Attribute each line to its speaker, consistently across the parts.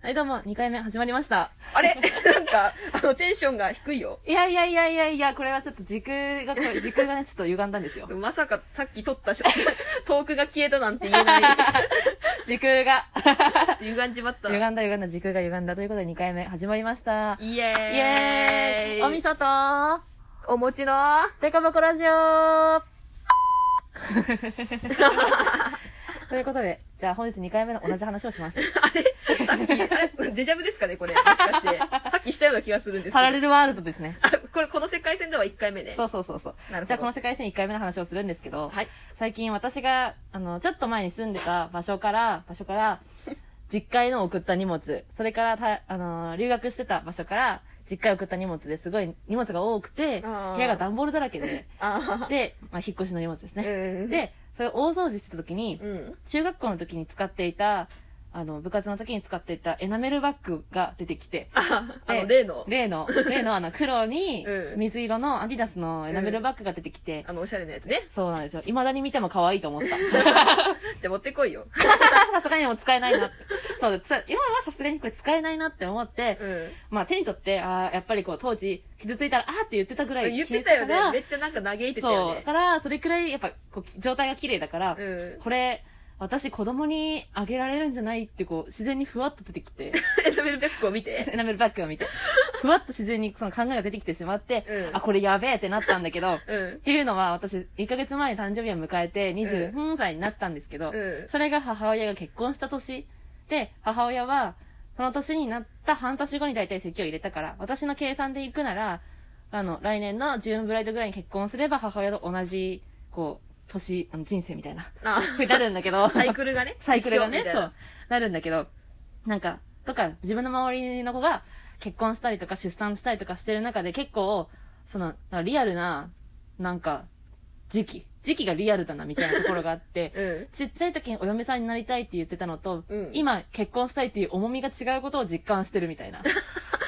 Speaker 1: はい、どうも、2回目始まりました。
Speaker 2: あれなんか、あの、テンションが低いよ。
Speaker 1: いやいやいやいやいや、これはちょっと時空が、こ れ時空がね、ちょっと歪んだんですよ。
Speaker 2: まさか、さっき撮ったし トークが消えたなんて言えない。
Speaker 1: 時空が、
Speaker 2: 歪んじまっ た。
Speaker 1: 歪んだ歪んだ、時空が歪んだということで2回目始まりました。
Speaker 2: イエ
Speaker 1: イ
Speaker 2: ーイ。
Speaker 1: エーイおみそと、
Speaker 2: お餅の、
Speaker 1: デカボコラジ オということで、じゃあ本日2回目の同じ話をします。
Speaker 2: さっき、あれ、デジャブですかね、これ。もしか して。さっきしたような気がするんですけど。
Speaker 1: パラレルワールドですね。
Speaker 2: あこれ、この世界線では1回目ね。
Speaker 1: そうそうそうそう。
Speaker 2: なる
Speaker 1: じゃあ
Speaker 2: ほ
Speaker 1: この
Speaker 2: ど。
Speaker 1: 世界線1回目の話をするんですけど、
Speaker 2: はい。
Speaker 1: 最近私が、あの、ちょっと前に住んでた場所から、場所 から、実家への送った荷物、それからた、あのー、留学してた場所から、実家へ送った荷物ですごい荷物が多くて、部
Speaker 2: あー
Speaker 1: 屋が段ボールだらけで、
Speaker 2: あ
Speaker 1: で、まあ、引っ越しの荷物です
Speaker 2: あ。
Speaker 1: ね。
Speaker 2: うん。、
Speaker 1: で、それを大掃除してた時に
Speaker 2: う、ん。
Speaker 1: 中学校の時に使っていた、あの、部活の時に使っていたエナメルバッグが出てきて、
Speaker 2: あ、あ
Speaker 1: で
Speaker 2: の、例の、
Speaker 1: 例の、 例のあの、黒に
Speaker 2: う、ん
Speaker 1: 水色のアディダスのエナメルバッグが出てきて、
Speaker 2: あの、おしゃれなやつね。
Speaker 1: そうなんですよ。未だに見ても可愛いと思った。
Speaker 2: じゃあ持ってこいよ。
Speaker 1: さすがにもう使えないなって。そうです。つ今はさすがにこれ使えないなって思って
Speaker 2: う、ん。
Speaker 1: まあ手に取って、ああ、やっぱりこう当時、傷ついたら、あーって言ってたぐらい
Speaker 2: 言ってたよね。
Speaker 1: 傷
Speaker 2: めっちゃなんか嘆い
Speaker 1: つい
Speaker 2: て
Speaker 1: た
Speaker 2: た
Speaker 1: からそ
Speaker 2: よ
Speaker 1: う。だ
Speaker 2: ね。
Speaker 1: から、それくらいやっぱこう状態が綺麗だから、
Speaker 2: うん。
Speaker 1: これ、私子供にあげられるんじゃないってこう、自然にふわっと出てきて、
Speaker 2: エナメルベックを見て。
Speaker 1: エナメルバッグを見て、ふわっと自然にその考えが出てきてしまって、
Speaker 2: うん
Speaker 1: あ、これやべえってなったんだけど、っ
Speaker 2: うん。
Speaker 1: ていうのは私、1ヶ月前に誕生日を迎えて
Speaker 2: う
Speaker 1: 24歳になったんですけど、
Speaker 2: うん。
Speaker 1: それが母親が結婚した年で、母親は、その年になった半年後に大体籍を入れたから、私の計算で行くなら、あの、来年のジューンブライドぐらいに結婚すれば、母親と同じ、こう、年、あの人生みたい な、
Speaker 2: あ
Speaker 1: ふうになるんだけど、
Speaker 2: サイクルがね。
Speaker 1: サイクルがね
Speaker 2: 一緒み、たい
Speaker 1: そ
Speaker 2: な
Speaker 1: う、なるんだけど、なんか、とか、自分の周りの子が結婚したりとか出産したりとかしてる中で結構、その、リアルな、なんか、時期、時期がリアルだなみたいなところがあって、
Speaker 2: うん。
Speaker 1: ちっちゃい時にお嫁さんになりたいって言ってたのと、
Speaker 2: うん
Speaker 1: 今結婚したいっていう重みが違うことを実感してるみたいな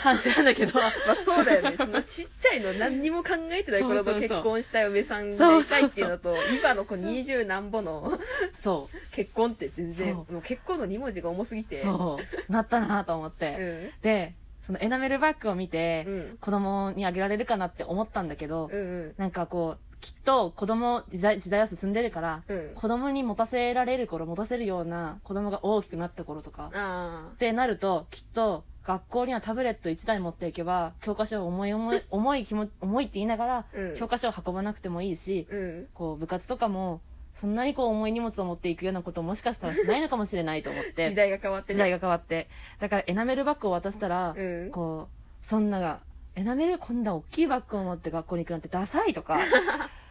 Speaker 1: 感じなんだ けど、
Speaker 2: まあそうだよね。そのちっちゃいの何にも考えてない
Speaker 1: そ
Speaker 2: 頃
Speaker 1: うそう
Speaker 2: の
Speaker 1: そう
Speaker 2: 結婚したい嫁さんになりたいっていうのと、今のこう二十何歩の
Speaker 1: そ
Speaker 2: 結婚って全然、
Speaker 1: そ
Speaker 2: もう結婚の二文字が重すぎ
Speaker 1: う、
Speaker 2: て。
Speaker 1: そう、なったなと思って。
Speaker 2: ん。
Speaker 1: で、そのエナメルバッグを見て、
Speaker 2: うん。
Speaker 1: 子供にあげられるかなって思ったんだけど、
Speaker 2: うん。
Speaker 1: なんかこう、きっと子供、時代、時代は進んでるから、
Speaker 2: うん。
Speaker 1: 子供に持たせられる頃、持たせるような子供が大きくなった頃とか、
Speaker 2: あ
Speaker 1: ってなると、きっと、学校にはタブレット1台持っていけば、教科書を重い重い、重い気持ち、重いって言いながら、
Speaker 2: あ。うん。
Speaker 1: 教科書を運ばなくてもいいし、
Speaker 2: うん。
Speaker 1: こう部活とかも、そんなにこう重い荷物を持っていくようなことをもしかしたらしないのかもしれないと思っ
Speaker 2: 時
Speaker 1: て、
Speaker 2: 代が変わって
Speaker 1: 時代が変わって。だからエナメルバッグを渡したら、
Speaker 2: うん。
Speaker 1: こう、そんなが、エナメルこんな大きいバッグを持って学校に行くなんてダサいと か、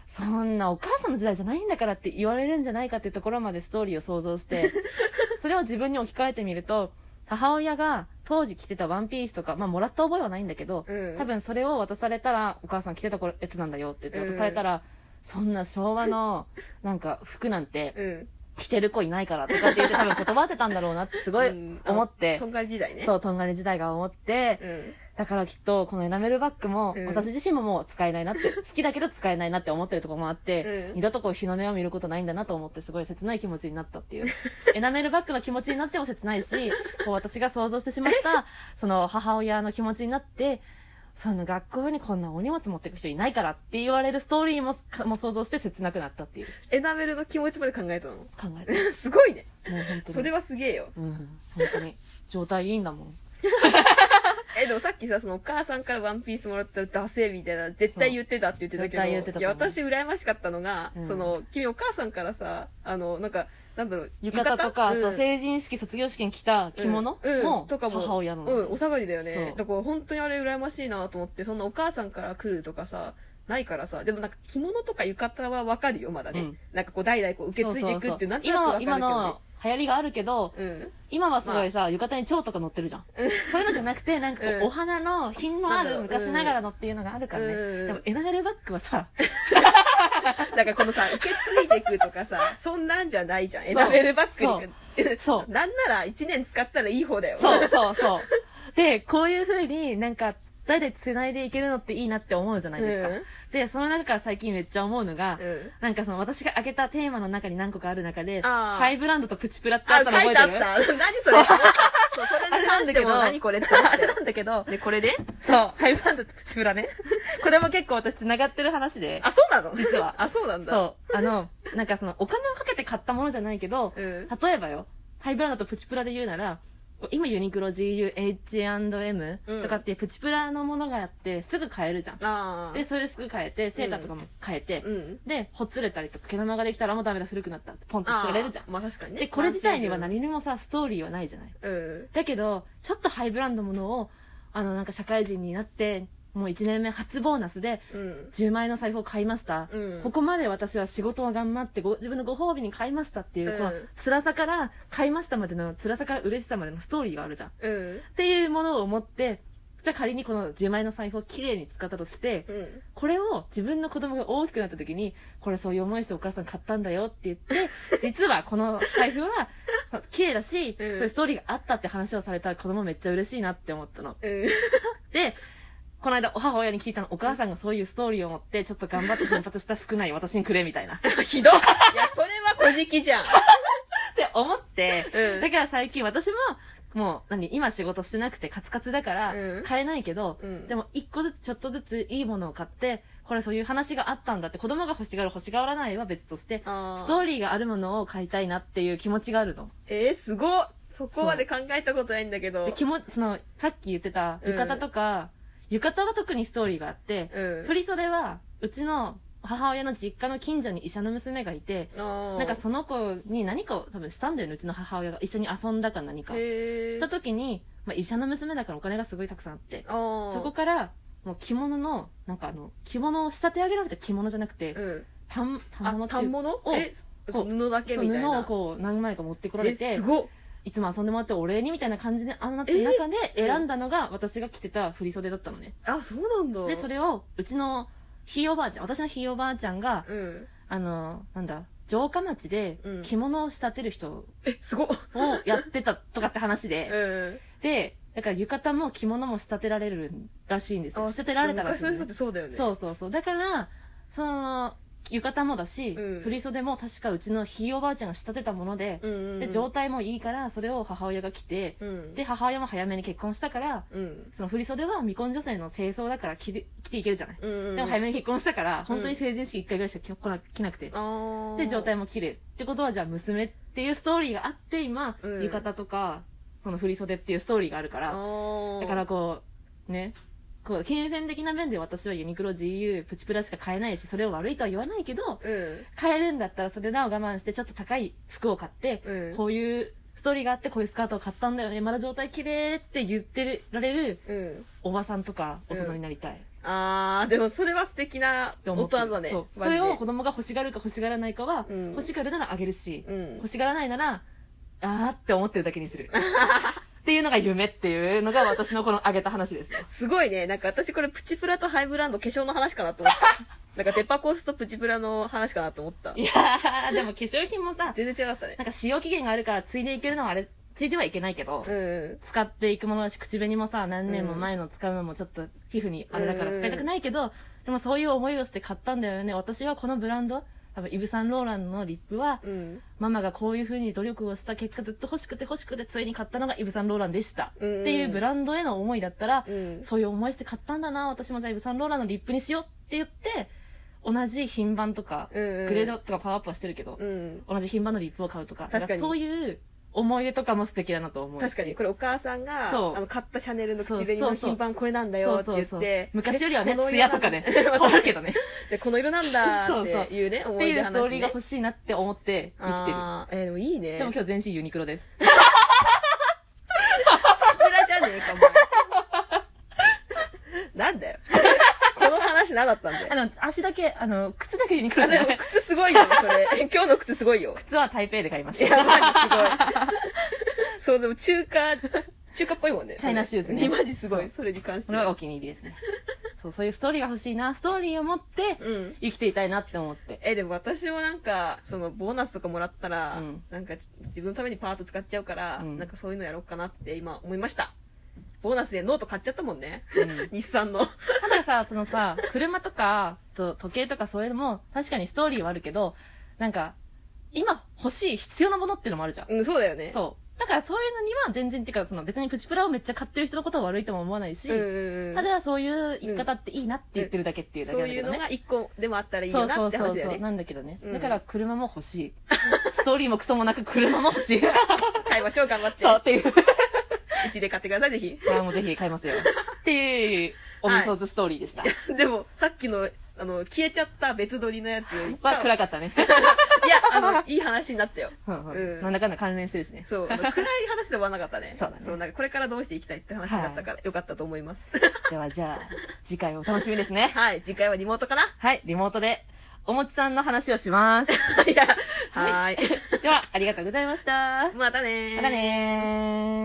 Speaker 1: そんなお母さんの時代じゃないんだからって言われるんじゃないかっていうところまでストーリーを想像して、それを自分に置き換えてみると、母親が当時着てたワンピースとか、まあもらった覚えはないんだけど、
Speaker 2: うん。
Speaker 1: 多分それを渡されたら、お母さん着てた頃やつなんだよって言って渡されたら、そんな昭和の、なんか服なんて
Speaker 2: うん。
Speaker 1: 着てる子いないからとかって言って多分断ってたんだろうなってすごい
Speaker 2: うん
Speaker 1: 思って
Speaker 2: と、んがり時代ね。
Speaker 1: そう、とんがり時代が思って、
Speaker 2: うん。
Speaker 1: だからきっとこのエナメルバッグも
Speaker 2: うん
Speaker 1: 私自身ももう使えないなって、好きだけど使えないなって思ってるところもあって
Speaker 2: う、ん
Speaker 1: 二度とこう日の目を見ることないんだなと思ってすごい切ない気持ちになったって いう。エナメルバッグの気持ちになっても切ないし、こう私が想像してしまった、その母親の気持ちになって、その学校にこんなお荷物持ってく人いないからって言われるストーリーもかも想像して切なくなったっていう
Speaker 2: エナメルの気持ちまで考えたの。
Speaker 1: 考え
Speaker 2: すごいね。
Speaker 1: た。もう本当に。
Speaker 2: それ
Speaker 1: は
Speaker 2: はすげえよ。
Speaker 1: うん、本当に。状態いいんだもん。
Speaker 2: え、でもさっきさ、そのお母さんからワンピースもらったらダセーみたいな、絶対言ってたって言ってた
Speaker 1: そう絶
Speaker 2: けど、
Speaker 1: 対言ってたと
Speaker 2: いや、
Speaker 1: 思う
Speaker 2: 私羨ましかったのが、
Speaker 1: うん
Speaker 2: その、君お母さんからさ、あの、なんか、なんだろう、
Speaker 1: 浴衣とか、あ
Speaker 2: うん
Speaker 1: と成人式、卒業式に着た着物
Speaker 2: うん
Speaker 1: も
Speaker 2: うん、とかも
Speaker 1: 母親のなの。
Speaker 2: うん、お下がりだよね。
Speaker 1: そ
Speaker 2: だから本当にあれ羨ましいなと思って、そんなお母さんから来るとかさ、ないからさ、でもなんか着物とか浴衣はわかるよ、まだね。
Speaker 1: うん
Speaker 2: なんかこう代々こう受け継いでいくってなんとなくわかるけど、
Speaker 1: 今は今
Speaker 2: ね。
Speaker 1: の流行りがあるけど、
Speaker 2: うん。
Speaker 1: 今はすごいさ、浴衣に蝶とか乗ってるじゃん。
Speaker 2: うん
Speaker 1: そういうのじゃなくて、なんかこう
Speaker 2: うん
Speaker 1: お花の品のある
Speaker 2: なんだろう
Speaker 1: 昔ながらのっていうのがあるからね。
Speaker 2: うん
Speaker 1: でもエナメルバッグはさ、
Speaker 2: だからこのさ、受け継いでいくとかさ、 そんなんじゃないじゃん。エナメルバッグに。。
Speaker 1: そう
Speaker 2: なんなら1年使ったらいい方だよ。
Speaker 1: そうそうそう。で、こういう風になんか、代々繋いでいけるのっていいなって思うじゃないですか。
Speaker 2: うん
Speaker 1: で、その中から最近めっちゃ思うのが、
Speaker 2: うん。
Speaker 1: なんかその私が挙げたテーマの中に何個かある中で、
Speaker 2: あー
Speaker 1: ハイブランドとプチプラってあ
Speaker 2: あ
Speaker 1: っ、たの
Speaker 2: 書
Speaker 1: 覚
Speaker 2: い
Speaker 1: え
Speaker 2: てあ
Speaker 1: て
Speaker 2: っ
Speaker 1: る
Speaker 2: た。何それそう、それに関
Speaker 1: だ
Speaker 2: し
Speaker 1: け
Speaker 2: て
Speaker 1: ど
Speaker 2: も何これっ て
Speaker 1: あれなんだけど
Speaker 2: でこれで
Speaker 1: そうハイブランドと口ブラねこれも結構私繋がってる話で
Speaker 2: あそうなの
Speaker 1: 実は
Speaker 2: あそうなんだ
Speaker 1: そうあのなんかそのお金をかけて買ったものじゃないけど
Speaker 2: うん
Speaker 1: 例えばよハイブランドとプチプラで言うならこう今ユニクロ GU H&M
Speaker 2: うん
Speaker 1: とかってプチプラのものがあってすぐ買えるじゃん、
Speaker 2: ああ
Speaker 1: でそれですぐ買えてセーターとかも買えて、
Speaker 2: うん
Speaker 1: でほつれたりとか毛玉ができたらもうダメだ古くなったってポンって捨てられるじゃん
Speaker 2: あーまあ確かにね
Speaker 1: でこれ自体には
Speaker 2: ワンシ
Speaker 1: 何にもさストーリーはないじゃない
Speaker 2: ーズンうん
Speaker 1: だけどちょっとハイブランドものをあのなんか社会人になってもう1年目初ボーナスで
Speaker 2: うん
Speaker 1: 10万円の財布を買いました、
Speaker 2: うん
Speaker 1: ここまで私は仕事を頑張ってご自分のご褒美に買いましたっていう、
Speaker 2: うん
Speaker 1: この辛さから買いましたまでの辛さから嬉しさまでのストーリーがあるじゃんっ
Speaker 2: うん
Speaker 1: ていうものを持ってじゃあ仮にこの10万円の財布をきれいに使ったとして
Speaker 2: うん
Speaker 1: これを自分の子供が大きくなった時にこれそういう思いしてお母さん買ったんだよって言 って実はこの財布は綺麗だし、
Speaker 2: うん
Speaker 1: そういうストーリーがあったって話をされたら子供めっちゃ嬉しいなって思ったの
Speaker 2: うん
Speaker 1: で、この間お母親に聞いたの、お母さんがそういうストーリーを持って、ちょっと頑張って奮発した服ない私にくれみたいな。っ
Speaker 2: ひどい。いや、それは小じきじゃん。
Speaker 1: て思って、
Speaker 2: うん
Speaker 1: だから最近私も、もう、何、今仕事してなくてカツカツだから
Speaker 2: うん、
Speaker 1: 買えないけど、
Speaker 2: うん
Speaker 1: でも一個ずつちょっとずついいものを買って、これそういう話があったんだって、子供が欲しがる欲しがらないは別として、
Speaker 2: あ
Speaker 1: スト
Speaker 2: ー
Speaker 1: ーリーがあるものを買いたいなっていう気持ちがあるの。
Speaker 2: えー、すごっそこまで考えたことないんだけど
Speaker 1: で、。気も、その、さっき言ってた浴衣とか、浴衣は特にストーリーがあって、
Speaker 2: うん。
Speaker 1: 振り袖はうちの母親の実家の近所に医者の娘がいて
Speaker 2: な
Speaker 1: なんかその子に何かを多分したんだよねうちの母親が一緒に遊んだか何か
Speaker 2: へ
Speaker 1: した時に、まあ、医者の娘だからお金がすごいたくさんあってそ
Speaker 2: そ
Speaker 1: こからもう着物のなんかあの着物を仕立て上げられた着物じゃなくて
Speaker 2: うん。
Speaker 1: 単
Speaker 2: あ
Speaker 1: 単物、ってい
Speaker 2: 反
Speaker 1: う
Speaker 2: 物
Speaker 1: を
Speaker 2: え、
Speaker 1: そう
Speaker 2: 布だけ
Speaker 1: そう
Speaker 2: みたい
Speaker 1: 布を
Speaker 2: な。
Speaker 1: こう何枚か持ってこられ
Speaker 2: え
Speaker 1: て
Speaker 2: すごっ
Speaker 1: いつも遊んでもらってお礼にみたいな感じであんなって
Speaker 2: え
Speaker 1: 中で
Speaker 2: うん
Speaker 1: 選んだのが私が着てた振り袖だったのね
Speaker 2: あ、そうなんだ。
Speaker 1: でそれをうちのひいおばあちゃん私のひいおばあちゃんが
Speaker 2: うん。
Speaker 1: あの、なんだ、城下町で
Speaker 2: うん
Speaker 1: 着物を仕立てる人を
Speaker 2: え、すごっ
Speaker 1: やってたとかって話
Speaker 2: う
Speaker 1: で、
Speaker 2: ん。
Speaker 1: で、だから浴衣も着物も仕立てられるらしいんですよ。仕立てられたらしい
Speaker 2: 昔
Speaker 1: んで
Speaker 2: の人ってそうだよね。
Speaker 1: そうそうそう。だから、その、浴衣もだし、
Speaker 2: うん
Speaker 1: 振り袖も確かうちのひいおばあちゃんが仕立てたもので、
Speaker 2: うんうんうん。
Speaker 1: で、状態もいいから、それを母親が着て、
Speaker 2: うん。
Speaker 1: で、母親も早めに結婚したから、
Speaker 2: うん。
Speaker 1: その振り袖は未婚女性の清掃だから着て着ていけるじゃない。
Speaker 2: うんうんうん。
Speaker 1: でも早
Speaker 2: め。
Speaker 1: めに結婚したから、本当に成人式1回ぐらいしか着こな着なくて。
Speaker 2: あー
Speaker 1: で、状態も綺麗。ってことは、じゃあ娘っていうストーリーがあって、今、
Speaker 2: うん
Speaker 1: 浴衣とか、この振り袖っていうストーリーがあるか
Speaker 2: あ
Speaker 1: ら、
Speaker 2: ー
Speaker 1: だからこう、ね、こう、金銭的な面で私はユニクロ GU、プチプラしか買えないし、それを悪いとは言わないけど、
Speaker 2: うん。
Speaker 1: 買えるんだったらそれらを我慢して、ちょっと高い服を買って、
Speaker 2: うん。
Speaker 1: こういうストーリーがあって、こういうスカートを買ったんだよね、まだ状態綺麗って言ってられる
Speaker 2: うん。
Speaker 1: おばさんとか大人になりたい。
Speaker 2: あー、でもそれは素敵
Speaker 1: っ
Speaker 2: な
Speaker 1: て
Speaker 2: 大
Speaker 1: 思ってる
Speaker 2: 人だね。
Speaker 1: そうそ
Speaker 2: マジで
Speaker 1: れを子供が欲しがるか欲しがらないかは、
Speaker 2: うん
Speaker 1: 欲しがるならあげるし、
Speaker 2: うん
Speaker 1: 欲。しがらないなら、あーって思ってるだけにする。っていうのが夢っていうのが私のこの上げた話ですよ。
Speaker 2: すごいね。なんか私これプチプラとハイブランド化粧の話かなと 思った。なんかデパコスとプチプラの話かなと思った
Speaker 1: い。やー、でも化粧品もさ、
Speaker 2: 全然違かったね。
Speaker 1: なんか使用期限があるからついでいけるのはあれ、ついてはいけないけど、
Speaker 2: うん。
Speaker 1: 使っていくものだし、口紅もさ、何年も前の使うのもちょっと皮膚にあれだから使いたくないけど、でもそういう思いをして買ったんだよね。私はこのブランド、多分イブ・サンローランのリップは、
Speaker 2: うん。
Speaker 1: ママがこういう風に努力をした結果ずっと欲しくて欲しくてついに買ったのがイブ・サンローランでした。
Speaker 2: うんうん
Speaker 1: っていうブランドへの思いだったら、
Speaker 2: うん。
Speaker 1: そういう思いして買ったんだな、私もじゃあイブ・サンローランのリップにしようって言って、同じ品番とか、
Speaker 2: うんうん
Speaker 1: グレードとかパワーアップはしてるけど、
Speaker 2: うん。
Speaker 1: 同じ品番のリップを買うとか、
Speaker 2: 確かに
Speaker 1: だらそういう思い出とかも素敵だなと思うし。
Speaker 2: 確かに、これお母さんが、
Speaker 1: そう
Speaker 2: あの、買ったシャネルの口
Speaker 1: そう
Speaker 2: 紅
Speaker 1: そう
Speaker 2: の
Speaker 1: そう
Speaker 2: 品番これなんだ
Speaker 1: そ
Speaker 2: よ
Speaker 1: う
Speaker 2: って
Speaker 1: そう
Speaker 2: 言
Speaker 1: そ
Speaker 2: っ
Speaker 1: う
Speaker 2: て。
Speaker 1: 昔よりはね
Speaker 2: えこ、の
Speaker 1: ツ
Speaker 2: 色
Speaker 1: ヤ
Speaker 2: な
Speaker 1: と
Speaker 2: ん
Speaker 1: かね、変わるけどね。
Speaker 2: で、この色なんだ
Speaker 1: そうそう
Speaker 2: っていうね、
Speaker 1: っ
Speaker 2: 思
Speaker 1: て
Speaker 2: い
Speaker 1: いう
Speaker 2: 出
Speaker 1: ストー
Speaker 2: 話
Speaker 1: リーが
Speaker 2: ね
Speaker 1: 欲。しいなって思って生きてる。
Speaker 2: あーえー、でもいいね。
Speaker 1: でも今日全身ユニクロです。
Speaker 2: プラじゃねえか、も う。なんだよ。この話何だったんだよ
Speaker 1: あ。の、足だけ、あの、靴だけユニク
Speaker 2: あ
Speaker 1: ロじゃ
Speaker 2: でも
Speaker 1: ない。
Speaker 2: 靴すごいよね、それ。今日の靴すごいよ。
Speaker 1: 靴は台北で買いまし
Speaker 2: いや、
Speaker 1: た。
Speaker 2: マジす ごい。そう、でも中華、中華っぽいもんね。
Speaker 1: チャイナシューズね
Speaker 2: ね。マジすご
Speaker 1: そ
Speaker 2: い、
Speaker 1: う
Speaker 2: それに関して
Speaker 1: これはお
Speaker 2: は。
Speaker 1: 気に入りですね。そう、そういうストーリーが欲しいな。ストーリーを持って
Speaker 2: うん。
Speaker 1: 生きていたいなって思って。
Speaker 2: え、でも私もなんか、その、ボーナスとかもらったら、
Speaker 1: うん
Speaker 2: なんか、自分のためにパート使っちゃうから、
Speaker 1: うん
Speaker 2: なんかそういうのやろうかなって今思いました。ボーナスでノート買っちゃったもんね。
Speaker 1: うん
Speaker 2: 日 産の。
Speaker 1: たださ、そのさ、車とか、と時計とかそういうのも、確かにストーリーはあるけど、なんか、今欲しい必要なものっていうのもあるじゃん。
Speaker 2: うん、そうだよね。
Speaker 1: そう。だからそういうのには全然っていうかその別にプチプラをめっちゃ買ってる人のことは悪いとも思わないし、
Speaker 2: うん
Speaker 1: ただそういう言い方っていいなって言ってるだけっていうだけ
Speaker 2: そ
Speaker 1: な
Speaker 2: うん
Speaker 1: だけ
Speaker 2: いう
Speaker 1: ど
Speaker 2: の
Speaker 1: ね、
Speaker 2: が一個でもあったらいい
Speaker 1: そ
Speaker 2: よ
Speaker 1: う
Speaker 2: な
Speaker 1: そ
Speaker 2: っ
Speaker 1: う
Speaker 2: て
Speaker 1: そう
Speaker 2: 話だ
Speaker 1: そ
Speaker 2: よ
Speaker 1: う
Speaker 2: ね。
Speaker 1: なんだけどね、
Speaker 2: うん
Speaker 1: だから車も欲しいストーリーもクソもなく車も欲 しい
Speaker 2: 買いましょう、頑張って。
Speaker 1: そうっていう
Speaker 2: うちで買ってください、ぜひ。
Speaker 1: これはもうぜひ買いますよっていうおみそずストーリーでした、
Speaker 2: でも、さっきの、あの、消えちゃった別撮りのやつ。
Speaker 1: は
Speaker 2: 暗い
Speaker 1: 暗かったね
Speaker 2: や、あの、いい話になったよ。
Speaker 1: うんうん
Speaker 2: うん
Speaker 1: なんだかんだ関連してるしね
Speaker 2: そう、あ の暗い話で終わらなかったね。
Speaker 1: そうだね
Speaker 2: なんかこれからどうしていきたいって話になったから、よかったと思います。
Speaker 1: ではじゃあ次回お楽しみですね
Speaker 2: はい、次回はリモートかな
Speaker 1: はいリモートでおもちさんの話をします
Speaker 2: いや、はーい。
Speaker 1: ではありがとうございましたま
Speaker 2: またねー。
Speaker 1: たねー